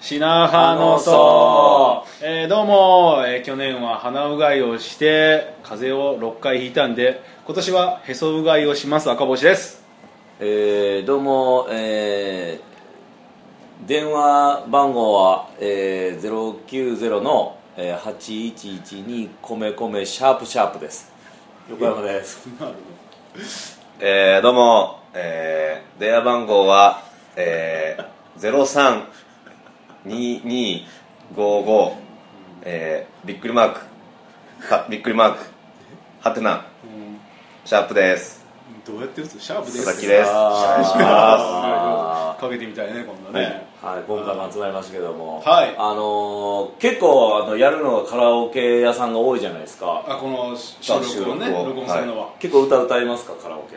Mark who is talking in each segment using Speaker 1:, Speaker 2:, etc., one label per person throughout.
Speaker 1: 品葉の層、えーどうも、えー去年は鼻うがいをして風邪を6回ひいたんで今年はへそうがいをします赤星です
Speaker 2: えーどうも、えー電話番号は、えー090の、えー8112コメコメシャープシャープです横山です
Speaker 3: えー、どうも、えー、電話番号は、えー、032255、えー、びっくりマーク、かびっくりマーク、はてな、シャープです。
Speaker 1: どうやって打つシャープ
Speaker 3: 佐々木です。お願いしま
Speaker 1: かけてみたいねこんなね、
Speaker 2: はい、今回も集まりましたけども、
Speaker 1: はい
Speaker 2: あのー結構あのやるのがカラオケ屋さんが多いじゃないですか
Speaker 1: あこの収録をね
Speaker 3: 収録を
Speaker 1: 録音するのは、
Speaker 2: 結構歌歌いますかカラオケ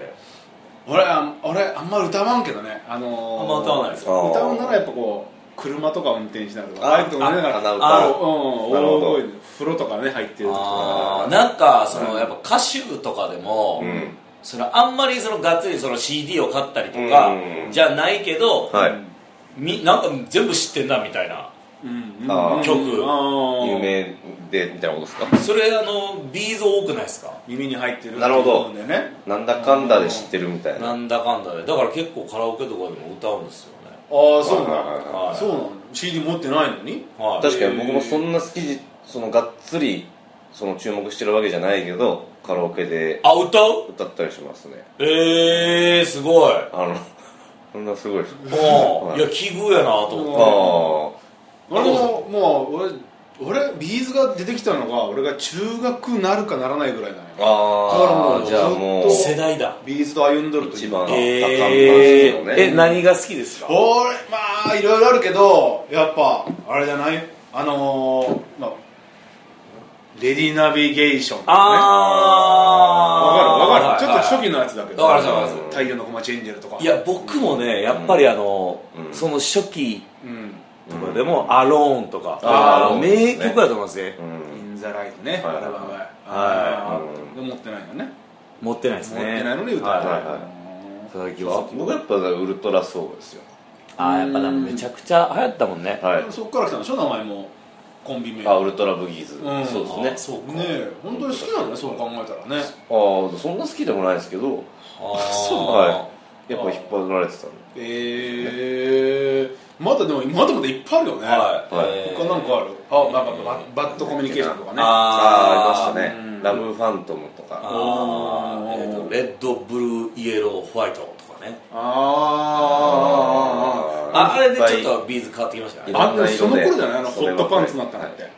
Speaker 1: 俺あ俺あんま歌わんけどねあのー、
Speaker 2: あんま歌わないですか
Speaker 1: 歌うならやっぱこう車とか運転しながら
Speaker 3: あ
Speaker 1: バイクとか乗りながら
Speaker 3: あ
Speaker 1: う
Speaker 2: ああ
Speaker 1: ん
Speaker 3: 歌なる
Speaker 1: 大
Speaker 3: ほど
Speaker 1: 声で風呂とかね入ってる時と
Speaker 2: あ
Speaker 1: か
Speaker 2: ーなんかそのやっぱ歌手とかでも、
Speaker 3: ん
Speaker 2: そのあんまりそのがっつりその CD を買ったりとか
Speaker 3: うん
Speaker 2: じゃないけど、
Speaker 3: す。はい、
Speaker 2: みなんか全部知ってんなみたいな
Speaker 1: うんうん
Speaker 3: あー
Speaker 2: 曲
Speaker 1: あー
Speaker 3: 有名で、みたいなことですか
Speaker 2: それあのビーズ多くないですか
Speaker 1: 耳に入ってる
Speaker 3: なるほど
Speaker 1: っていうことでね
Speaker 3: なんだかんだで知ってるみたいな。
Speaker 2: なんだかんだでだから結構カラオケとかでも歌うんですよね
Speaker 1: ああそうな
Speaker 3: はいはい
Speaker 1: の、
Speaker 2: はい
Speaker 1: そうなの CD 持ってないのに
Speaker 2: はい
Speaker 3: 確かに僕もそんな好きじ、そのがっつり、その注目してるわけじゃないけど、カラオケで
Speaker 2: あ歌う
Speaker 3: 歌ったりしますね。
Speaker 2: えー、すごい
Speaker 3: あの、そんなすごいです。
Speaker 2: うんいや奇遇やなと思っ
Speaker 3: あ
Speaker 2: て
Speaker 1: 俺
Speaker 3: あ。
Speaker 1: ももう俺俺ビーズが出てきたのが俺が中学なるかならないぐらいだね
Speaker 3: ああじゃあもう
Speaker 1: ず
Speaker 2: 世代だ
Speaker 1: ビーズと歩んどるという
Speaker 3: 一番高感
Speaker 2: え
Speaker 3: 度
Speaker 2: ー、
Speaker 3: ね
Speaker 2: え何が好きですか
Speaker 1: 俺まあいろいろあるけどやっぱあれじゃないあのー、まあレディナビゲーションとかねわかる
Speaker 2: あ
Speaker 1: わかるちょ
Speaker 2: ー
Speaker 1: っと
Speaker 2: はい
Speaker 1: 初期のやつだけど
Speaker 2: わかるわかるわか
Speaker 3: る
Speaker 1: 太陽の小町エンジェルとか
Speaker 2: いや僕もねやっぱりあの、
Speaker 3: うん
Speaker 2: その初期
Speaker 1: うん
Speaker 2: とかでも「アローン」とか、あ
Speaker 3: あー
Speaker 2: の名曲だと思いますね、
Speaker 3: うん
Speaker 1: インザライトね
Speaker 3: は
Speaker 1: ア
Speaker 3: い
Speaker 1: ルバムは
Speaker 2: は
Speaker 1: あー持ってないのね
Speaker 2: 持ってないです
Speaker 1: 持っ
Speaker 2: ね
Speaker 1: てないのに歌
Speaker 2: は
Speaker 1: っ
Speaker 2: い
Speaker 1: て
Speaker 2: は
Speaker 1: ないい
Speaker 3: は
Speaker 2: 佐々木は
Speaker 3: 僕はやっぱウルトラソウルですよ
Speaker 2: ああやっぱでもめちゃくちゃ流行ったもんね
Speaker 3: はい
Speaker 1: そっから来たんでしょ名前もコンビ名
Speaker 3: あ
Speaker 1: ね
Speaker 3: ウルトラブギーズ、
Speaker 1: うん
Speaker 3: そうです
Speaker 2: あそ
Speaker 3: ね
Speaker 2: うか
Speaker 1: え本当に好きなんだねそう考えたらね
Speaker 3: ああそんな好きでもないですけど
Speaker 2: あ
Speaker 3: そう
Speaker 2: は
Speaker 3: はやっぱ引っ張られてたんで
Speaker 1: えー、まだでもまだまだいっぱいあるよね、
Speaker 2: いはい、
Speaker 3: はい
Speaker 2: えー
Speaker 1: 他なんかあるあなんかババッドコミュニケーションとかね
Speaker 3: ああありました
Speaker 1: う
Speaker 3: ね
Speaker 1: ん
Speaker 3: ラブファントムとか
Speaker 2: あー
Speaker 1: おー
Speaker 2: えーとレッドブルーイエローホワイトとかね
Speaker 1: あ
Speaker 3: あ
Speaker 2: ああれでちょっ
Speaker 3: っ
Speaker 2: とビーズ変わってきました
Speaker 3: い
Speaker 2: ね
Speaker 3: ろ
Speaker 1: ああん
Speaker 3: ん
Speaker 1: な
Speaker 3: な色で
Speaker 1: その頃じゃないあのホットパンツになったのって、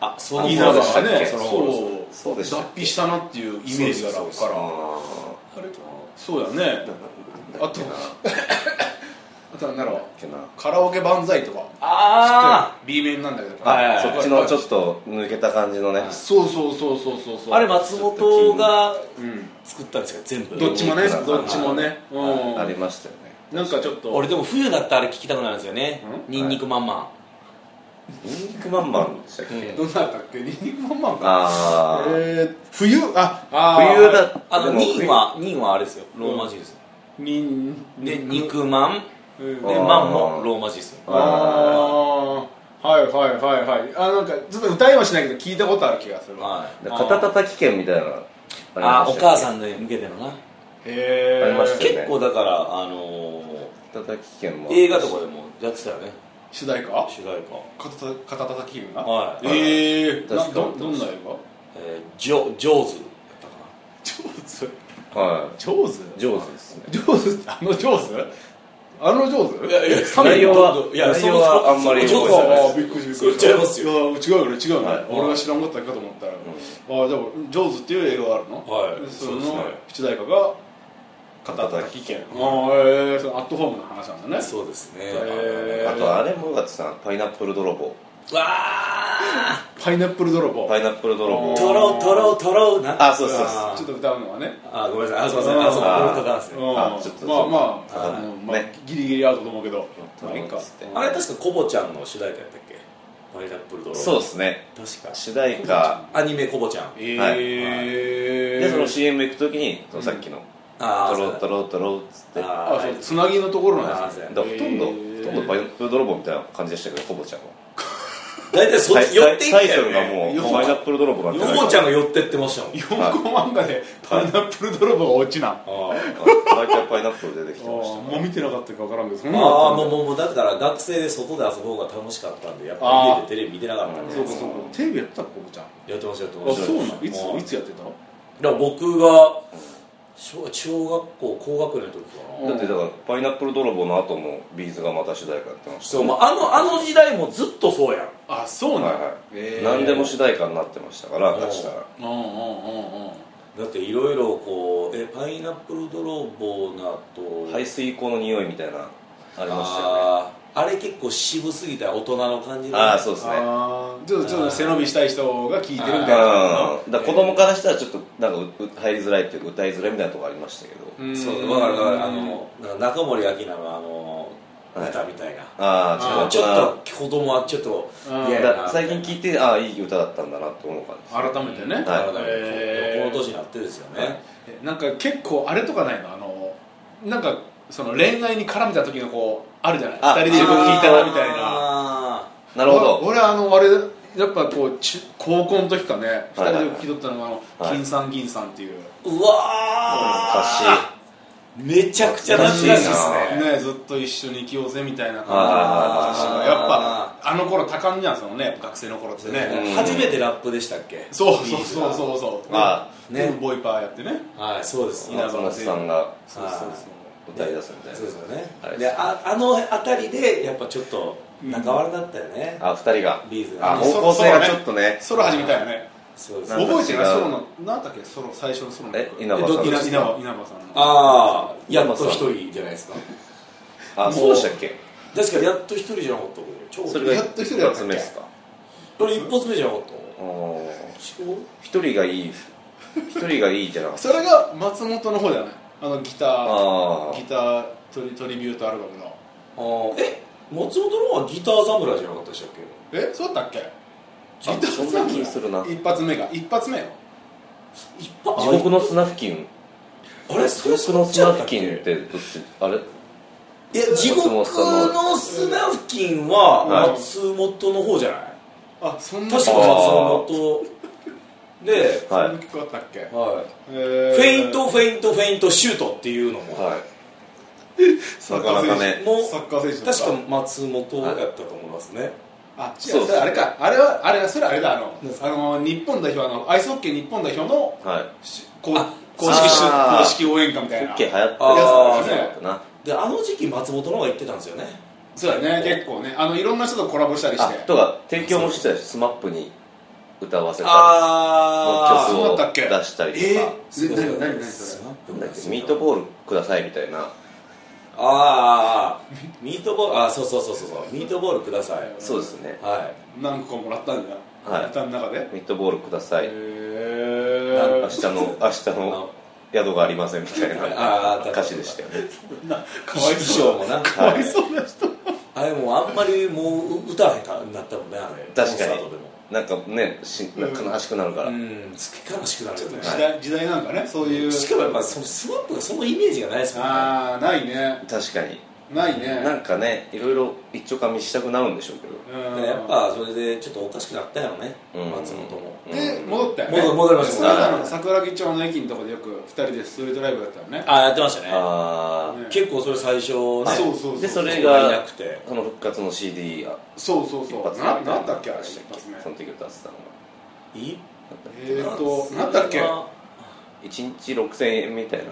Speaker 2: あそ
Speaker 3: は
Speaker 2: の
Speaker 3: い
Speaker 1: い、
Speaker 3: そ
Speaker 1: 稲
Speaker 3: うで
Speaker 1: 葉
Speaker 3: し
Speaker 1: が
Speaker 3: たっけ
Speaker 1: ねその
Speaker 3: そう
Speaker 1: そう
Speaker 3: そうでしたっ
Speaker 1: 脱
Speaker 3: け
Speaker 1: 皮したなっていうイメージがあるからあれそうだよねあと あとなんだろうカラオケ万歳とか
Speaker 2: あ
Speaker 1: B 面なんだけど
Speaker 2: はいはいはい
Speaker 3: そっちのちょっと抜けた感じのね
Speaker 1: そうそうそうそうそうそう
Speaker 2: ああれ松本が
Speaker 1: うん
Speaker 2: 作ったんですか全部
Speaker 1: どっちもね
Speaker 3: うん
Speaker 1: どっちもねうん
Speaker 3: ありましたよね
Speaker 1: なんかちょっと
Speaker 2: 俺でも冬だったらあれ聞きたくなるんですよね
Speaker 1: う
Speaker 2: ニンニクマンマン、
Speaker 3: ニンニクマンマンでしたっけ、
Speaker 2: うん
Speaker 1: どんなだったっけニンニクマンマンか
Speaker 3: ああ
Speaker 1: えー冬ああー
Speaker 3: 冬だ
Speaker 2: あの
Speaker 3: でも
Speaker 2: ニンはニンはあれですよローマ字ですよ、
Speaker 1: ニン
Speaker 2: で肉まん
Speaker 1: うん
Speaker 2: で
Speaker 3: あー
Speaker 2: マンもローマ字ですよ
Speaker 3: あ
Speaker 1: ああはいはいはいはいあなんかちょっと歌いはしないけど聞いたことある気がするわ
Speaker 2: はい
Speaker 3: だから肩たたき券みたいなの
Speaker 2: あーお母さ
Speaker 3: ん
Speaker 2: んに向けてのな
Speaker 1: へえ
Speaker 3: ありましたよね
Speaker 2: 結構だからあの
Speaker 3: 肩たたき券も
Speaker 2: ー映画とかでもやってたよね
Speaker 1: 主題歌
Speaker 2: 主題歌
Speaker 1: 肩た肩たたきが
Speaker 2: はい
Speaker 1: ええー、な
Speaker 3: 確か
Speaker 1: ど
Speaker 3: に
Speaker 1: どんな映画
Speaker 2: えー、ジョジョーズやった
Speaker 1: 上
Speaker 2: か
Speaker 3: は
Speaker 1: 手上手
Speaker 3: い上手ですね
Speaker 1: 上手あの上手あの上手
Speaker 2: ないやいや
Speaker 3: 内容は
Speaker 2: そのいや
Speaker 3: 内容は
Speaker 2: その
Speaker 3: あんまり
Speaker 2: そのジョーズじゃ
Speaker 1: あ
Speaker 2: ないで
Speaker 1: あびっくりびっ
Speaker 2: す
Speaker 1: く
Speaker 2: よ
Speaker 1: り
Speaker 2: それ違いますよ
Speaker 1: や違うよね違うよね、
Speaker 3: はい
Speaker 1: 俺が知らんかったんかと思ったら、ああでも「ジョーズ」っていう映画があるの
Speaker 2: はい
Speaker 1: でそ
Speaker 2: そう
Speaker 1: の
Speaker 2: ですね
Speaker 1: 主題歌が
Speaker 3: 肩たたき
Speaker 1: あ
Speaker 3: 券
Speaker 1: あええそのアットホームの話なんだね
Speaker 2: そうですね
Speaker 1: へー
Speaker 3: あとあれもよかったなパイナップル泥棒
Speaker 2: わあ
Speaker 1: パイナップル泥棒、
Speaker 3: パイナップル泥棒
Speaker 2: とろうとろうとろうな
Speaker 3: あそうそうそう
Speaker 2: あ
Speaker 1: ちょっと歌うのはね
Speaker 2: あごめんなさいあすいませんあそう
Speaker 3: あー
Speaker 2: ボルトダンスね
Speaker 3: あ
Speaker 1: うん
Speaker 3: ちょっと
Speaker 1: まあまあ
Speaker 2: はい
Speaker 1: あのまあ
Speaker 3: ね
Speaker 1: ギリギリアウトと思うけどまあいいか
Speaker 3: っつって
Speaker 2: あれ確かコボちゃんの主題歌やったっけパイナップルドロー
Speaker 3: そうですね
Speaker 2: 確か
Speaker 3: 主題歌
Speaker 2: アニメコボちゃん
Speaker 1: え
Speaker 3: はい
Speaker 1: え
Speaker 3: でその CM 行く時にそのさっきの
Speaker 2: あ
Speaker 3: 「
Speaker 2: あ
Speaker 3: トロトロトロ」っつって
Speaker 2: あ
Speaker 1: あそうつなぎのところなんですね
Speaker 3: でほとんど
Speaker 1: えー
Speaker 3: ほとんどバイト泥棒みたいな感じでしたけどコボちゃんは
Speaker 2: 大体そっ
Speaker 3: タイ
Speaker 2: ち寄ってい
Speaker 3: タ
Speaker 2: っ
Speaker 3: イ
Speaker 2: た
Speaker 3: ト
Speaker 2: よ
Speaker 3: ルがも
Speaker 2: ね
Speaker 3: うもうパイナップル泥棒なんて
Speaker 2: ヨモちゃんが寄ってってましたもん
Speaker 3: はい
Speaker 1: 4コマ漫画でパイナップル泥棒が落ちな
Speaker 2: あー
Speaker 3: 毎回パイナップル出てき
Speaker 1: あ
Speaker 3: てました
Speaker 1: ーもう見てなかったか分からんけどそんなの
Speaker 2: あ
Speaker 1: あ
Speaker 2: ー
Speaker 1: った
Speaker 2: もうん
Speaker 1: だ
Speaker 2: もうもうだから学生で外で遊ぶ方が楽しかったんでやっぱ家でテレビ見てなかったんで
Speaker 1: そうかそうかテレビやってたここちゃんあ
Speaker 2: やってましたやってました
Speaker 1: そうなんい
Speaker 2: もう
Speaker 1: ついつやってたの
Speaker 2: だから僕が小中学校高学年の時かな
Speaker 3: だってだからパイナップル泥棒の後もビーズがまた主題歌やってました
Speaker 2: そうもうあのあの時代もずっとそうやん
Speaker 1: あそう
Speaker 3: はい
Speaker 1: なん
Speaker 3: はい、
Speaker 1: へー
Speaker 3: 何でも主題歌になってましたから
Speaker 2: おー
Speaker 3: 出したら
Speaker 1: うんうんうんうん
Speaker 2: だっていろいろこうえパイナップル泥棒なと
Speaker 3: 排水口の匂いみたいなありましたよね
Speaker 2: あーあれ結構渋すぎた大人の感じで
Speaker 3: ああーそうですね
Speaker 1: あーちょっとちょっと背伸びしたい人が聞いてるみたいな感
Speaker 3: うん、だから子供からしたらちょっとなんかうう入りづらいっていうか歌いづらいみたいなとこありましたけど、
Speaker 1: じな
Speaker 2: そう
Speaker 1: わ
Speaker 2: わかるわかるあのなんか中森明菜のあの
Speaker 3: はい
Speaker 2: 歌みたいな、
Speaker 3: あ
Speaker 1: あ
Speaker 3: あ
Speaker 2: ちょっと子供はちょっと
Speaker 1: うん
Speaker 2: 嫌
Speaker 3: だ
Speaker 2: や
Speaker 3: か
Speaker 2: な
Speaker 3: ら最近聞いてああいい歌だったんだなって思う感じです
Speaker 1: 改めてね、
Speaker 3: はい
Speaker 2: 体がこう
Speaker 1: えー
Speaker 2: この年になってですよね、
Speaker 1: えなんか結構あれとかないのあのなんかその恋愛に絡めた時のこうあるじゃない
Speaker 3: あ
Speaker 1: 二人で曲聴いたなみたいな
Speaker 2: な
Speaker 3: なるほ
Speaker 1: ま
Speaker 3: ど
Speaker 1: 俺あのあれやっぱこう中高校の時かね二
Speaker 3: はい
Speaker 1: 人
Speaker 3: はい
Speaker 1: で聴き取ったのがあの
Speaker 3: はい
Speaker 1: 金さん銀さんっていう、
Speaker 2: うわ
Speaker 3: 懐か
Speaker 2: ーめちゃくちゃ懐かしいです
Speaker 3: 懐かしい
Speaker 2: ね
Speaker 1: ねずっと一緒に生きようぜみたいな感じの
Speaker 3: あ
Speaker 1: 私
Speaker 2: ー
Speaker 1: がやっぱあの頃多感じゃんそのね学生の頃ってね、
Speaker 3: うん
Speaker 2: 初めてラップでしたっけ
Speaker 1: そうそうそうそうそう
Speaker 3: あ
Speaker 1: ね
Speaker 2: ね
Speaker 1: フルボイパーやってね
Speaker 2: はいそうです
Speaker 1: 稲葉
Speaker 3: 松本さんが
Speaker 1: そうそうそう
Speaker 3: 歌い出すみたいな
Speaker 2: そうですよね
Speaker 3: はい
Speaker 2: でああの辺りでやっぱちょっと仲悪だったよね、
Speaker 3: あ二人が
Speaker 2: ビーズが
Speaker 3: あ
Speaker 1: ね
Speaker 3: 方向性がちょっとね
Speaker 1: ソロ始めたよね
Speaker 2: そうです
Speaker 3: なんか
Speaker 1: 覚えてない
Speaker 3: 違う
Speaker 1: ソロのなんだっけソロ最初のソロの
Speaker 3: え
Speaker 1: 曲
Speaker 3: 稲葉さん
Speaker 1: 稲
Speaker 3: で
Speaker 1: 稲
Speaker 3: す
Speaker 1: 葉稲葉さんの
Speaker 2: ああやっと一人じゃないですか
Speaker 3: あそうでしたっけ
Speaker 2: 確かにやっと一人じゃなかった超
Speaker 3: それ
Speaker 1: が
Speaker 3: が
Speaker 1: やっと一人だったっけ
Speaker 3: 一発目ですか
Speaker 2: これ一発目じゃなかった
Speaker 3: おー
Speaker 2: 違う
Speaker 3: 一人がいい一人がいいじゃなかっ
Speaker 1: それが松本の方じゃないあのギタ
Speaker 3: た
Speaker 1: ー
Speaker 3: あ
Speaker 1: ギタートリトリビュートアルバムの
Speaker 2: あーえ松本の方はギター侍じゃなかったでしたっけ
Speaker 1: えそうだったっけ
Speaker 3: あ
Speaker 1: ギター
Speaker 3: そんな気するな
Speaker 1: 一発目が一発目よ
Speaker 2: 一
Speaker 3: あ
Speaker 2: 発
Speaker 3: 地獄の砂付近
Speaker 2: あれそれ
Speaker 3: 地獄
Speaker 2: そ
Speaker 3: の
Speaker 2: っちだ
Speaker 3: 砂
Speaker 2: った
Speaker 3: 付
Speaker 2: っけ
Speaker 3: 近ってどっちあれ
Speaker 2: いや地獄の砂付近は
Speaker 1: はい
Speaker 2: 松本の方じゃない、
Speaker 1: あそんな
Speaker 2: 確か松
Speaker 1: 曲
Speaker 2: 本で、
Speaker 1: そん
Speaker 3: は
Speaker 1: な曲あったっけ、
Speaker 2: は
Speaker 1: え
Speaker 2: い、
Speaker 1: ー
Speaker 2: フェイントフェイントフェイントシュートっていうの
Speaker 3: い
Speaker 2: も、
Speaker 1: サッカー選手
Speaker 3: なかなかね
Speaker 1: サッカー選手だった
Speaker 2: 確か松本だったと思いますね、
Speaker 1: あ違う
Speaker 3: そう
Speaker 1: それあれかあれはあれはそれあれだあの
Speaker 2: 何です
Speaker 1: あの日本代表あのアイスホッケー日本代表の
Speaker 3: はい
Speaker 1: しこう
Speaker 2: あ
Speaker 1: 公式し
Speaker 3: あー
Speaker 1: 公式応援歌みたい
Speaker 3: オ
Speaker 1: な
Speaker 3: ッケー流行ってる
Speaker 2: あ
Speaker 3: や
Speaker 1: ー
Speaker 3: つだったな
Speaker 2: であの時期松本の方が行ってたんですよね
Speaker 1: そうだね結構ねあのいろんな人とコラボしたりし
Speaker 3: あ
Speaker 1: て
Speaker 3: とか提供もしてたしスマップに歌わせたり
Speaker 2: あ
Speaker 1: ー
Speaker 3: 曲
Speaker 1: そう
Speaker 3: を
Speaker 1: だ
Speaker 3: 出
Speaker 1: ったっけ
Speaker 3: したりとか
Speaker 1: えー、何何何そ
Speaker 2: ス
Speaker 1: れ
Speaker 2: ナップ
Speaker 3: なんだっけミートボールくださいみたいな
Speaker 2: あーあーミートボールあーそうそうそうそうそうミートボールください
Speaker 3: そうですね
Speaker 2: は
Speaker 1: 何個かもらったんだ、
Speaker 3: はい
Speaker 1: 歌の中でへ
Speaker 3: ミートボールください
Speaker 1: え
Speaker 3: 明日の明日
Speaker 2: い
Speaker 3: の宿がありませんみたい
Speaker 2: あーあ
Speaker 3: な
Speaker 2: ー
Speaker 3: 歌詞でしたよね
Speaker 1: かわい
Speaker 2: 衣
Speaker 1: そう
Speaker 2: 装もな
Speaker 1: かわいそうな人
Speaker 2: あれもうあんまりもう歌わへんかなったもんねあれ
Speaker 3: 確かに
Speaker 2: コンサートでも
Speaker 3: なんかねしなんか悲しくなるから
Speaker 2: うん好き悲しくなるよね
Speaker 1: 時代時代なんかねそういう
Speaker 2: しかもやっぱそのスマップがそのイメージがないですもんね
Speaker 1: ああないね
Speaker 3: 確かに
Speaker 1: ないね
Speaker 3: なんかねいろいろ一丁噛みしたくなるんでしょうけど
Speaker 2: だ
Speaker 1: う
Speaker 2: か
Speaker 1: ん
Speaker 2: らやっぱそれでちょっとおかしくなったよね
Speaker 3: うん
Speaker 2: 松本も
Speaker 1: で
Speaker 3: うん
Speaker 1: 戻ったよね
Speaker 2: 戻戻りま
Speaker 1: で
Speaker 2: した
Speaker 1: それな
Speaker 3: は
Speaker 1: の
Speaker 3: い
Speaker 1: 桜木町の駅のとこでよく二人でストリートライブだったのね
Speaker 2: ああやってましたね
Speaker 3: あ
Speaker 1: ね
Speaker 2: 結構それ最初ね
Speaker 1: そうそうそう
Speaker 3: でそれ
Speaker 2: 人がいなくて
Speaker 3: あその復活の CD が
Speaker 1: そうそう
Speaker 3: 一
Speaker 1: そう
Speaker 3: 発目
Speaker 1: ななんだっけあれ一
Speaker 3: 一
Speaker 1: 発
Speaker 3: 発
Speaker 1: 目
Speaker 3: 目その時歌ってたのが
Speaker 2: い
Speaker 1: えーとなんだっけ
Speaker 3: 1日6000円みたいな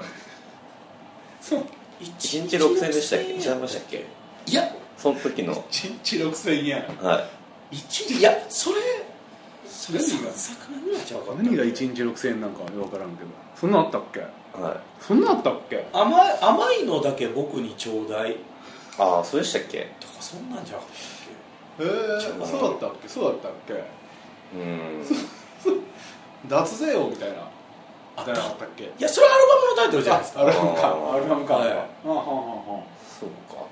Speaker 1: そう
Speaker 3: 1日6000円でしたっけ違いましたっけ
Speaker 1: いや
Speaker 3: その時の
Speaker 1: 一日6000円
Speaker 3: はい
Speaker 2: 一いやそれそれ
Speaker 1: 何が
Speaker 2: 魚ぐらいちゃうか
Speaker 1: 何が一日6000円なんかは分からんけどそんなあったっけ
Speaker 3: はい
Speaker 1: そんなあったっけ
Speaker 2: 甘い甘いのだけ僕にちょうだい
Speaker 3: ああそうでしたっけ
Speaker 2: とかそんなんじゃなかったっ
Speaker 1: えー、そうだったっけそうだったっけ
Speaker 3: うーん
Speaker 1: 脱税王みたいなあったなかったっけ
Speaker 2: けいやそれアルバムのタイトルじゃないですか
Speaker 1: あアルバム
Speaker 3: あ
Speaker 1: か
Speaker 3: ー
Speaker 1: アルバムか、
Speaker 2: はい
Speaker 1: あはんはんはん
Speaker 3: そうか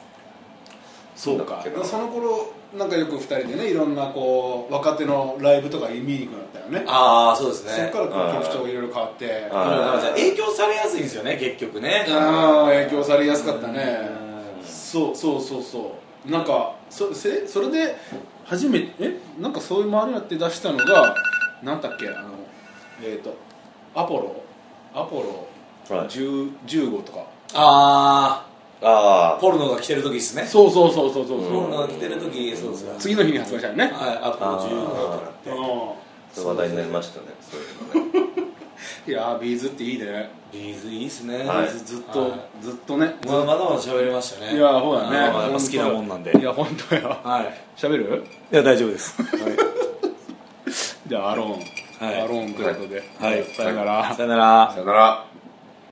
Speaker 1: そうか
Speaker 3: そうだっけな
Speaker 1: その頃なんかよく二人でねいろんなこう若手のライブとか見に行くなったよね
Speaker 2: ああそうです
Speaker 1: そっ
Speaker 2: ね
Speaker 1: からこ
Speaker 3: は
Speaker 1: う
Speaker 3: い
Speaker 1: 曲調がいろいろ変わって
Speaker 3: はい
Speaker 2: 影響されやすいんですよね結局ね
Speaker 1: ああ影響されやすかったね
Speaker 2: うん
Speaker 1: そうそうそうそうなんかそせそれで初めてえなんかそういう周りになって出したのがなんだっけあのえっ、とアポロアポロ、
Speaker 3: はい
Speaker 1: 10 15とか
Speaker 2: あ
Speaker 3: あ
Speaker 2: あポルノが来てる時ですね
Speaker 1: そうそうそうそうそうそう
Speaker 2: ポルノが来てる時そうですよ
Speaker 1: 次の日に発売したよね、
Speaker 2: はいアポロ15だってなって
Speaker 1: う
Speaker 3: あ話題になりましたねそういうのね
Speaker 1: んいやービーズっていいね、
Speaker 2: ビーズいいっすね
Speaker 3: はい
Speaker 1: ビーズずっと、
Speaker 2: は
Speaker 1: ずっとね
Speaker 2: まだまだまだ喋れましたね
Speaker 1: いやーほらね
Speaker 4: まあやっぱ好きなもんなんで
Speaker 1: いや本当よ
Speaker 2: はい
Speaker 1: 喋る
Speaker 4: いや大丈夫です
Speaker 1: じゃあアローン、
Speaker 4: はい
Speaker 1: アローンということで、
Speaker 4: はい
Speaker 1: さよなら、
Speaker 4: さよなら
Speaker 3: さよなら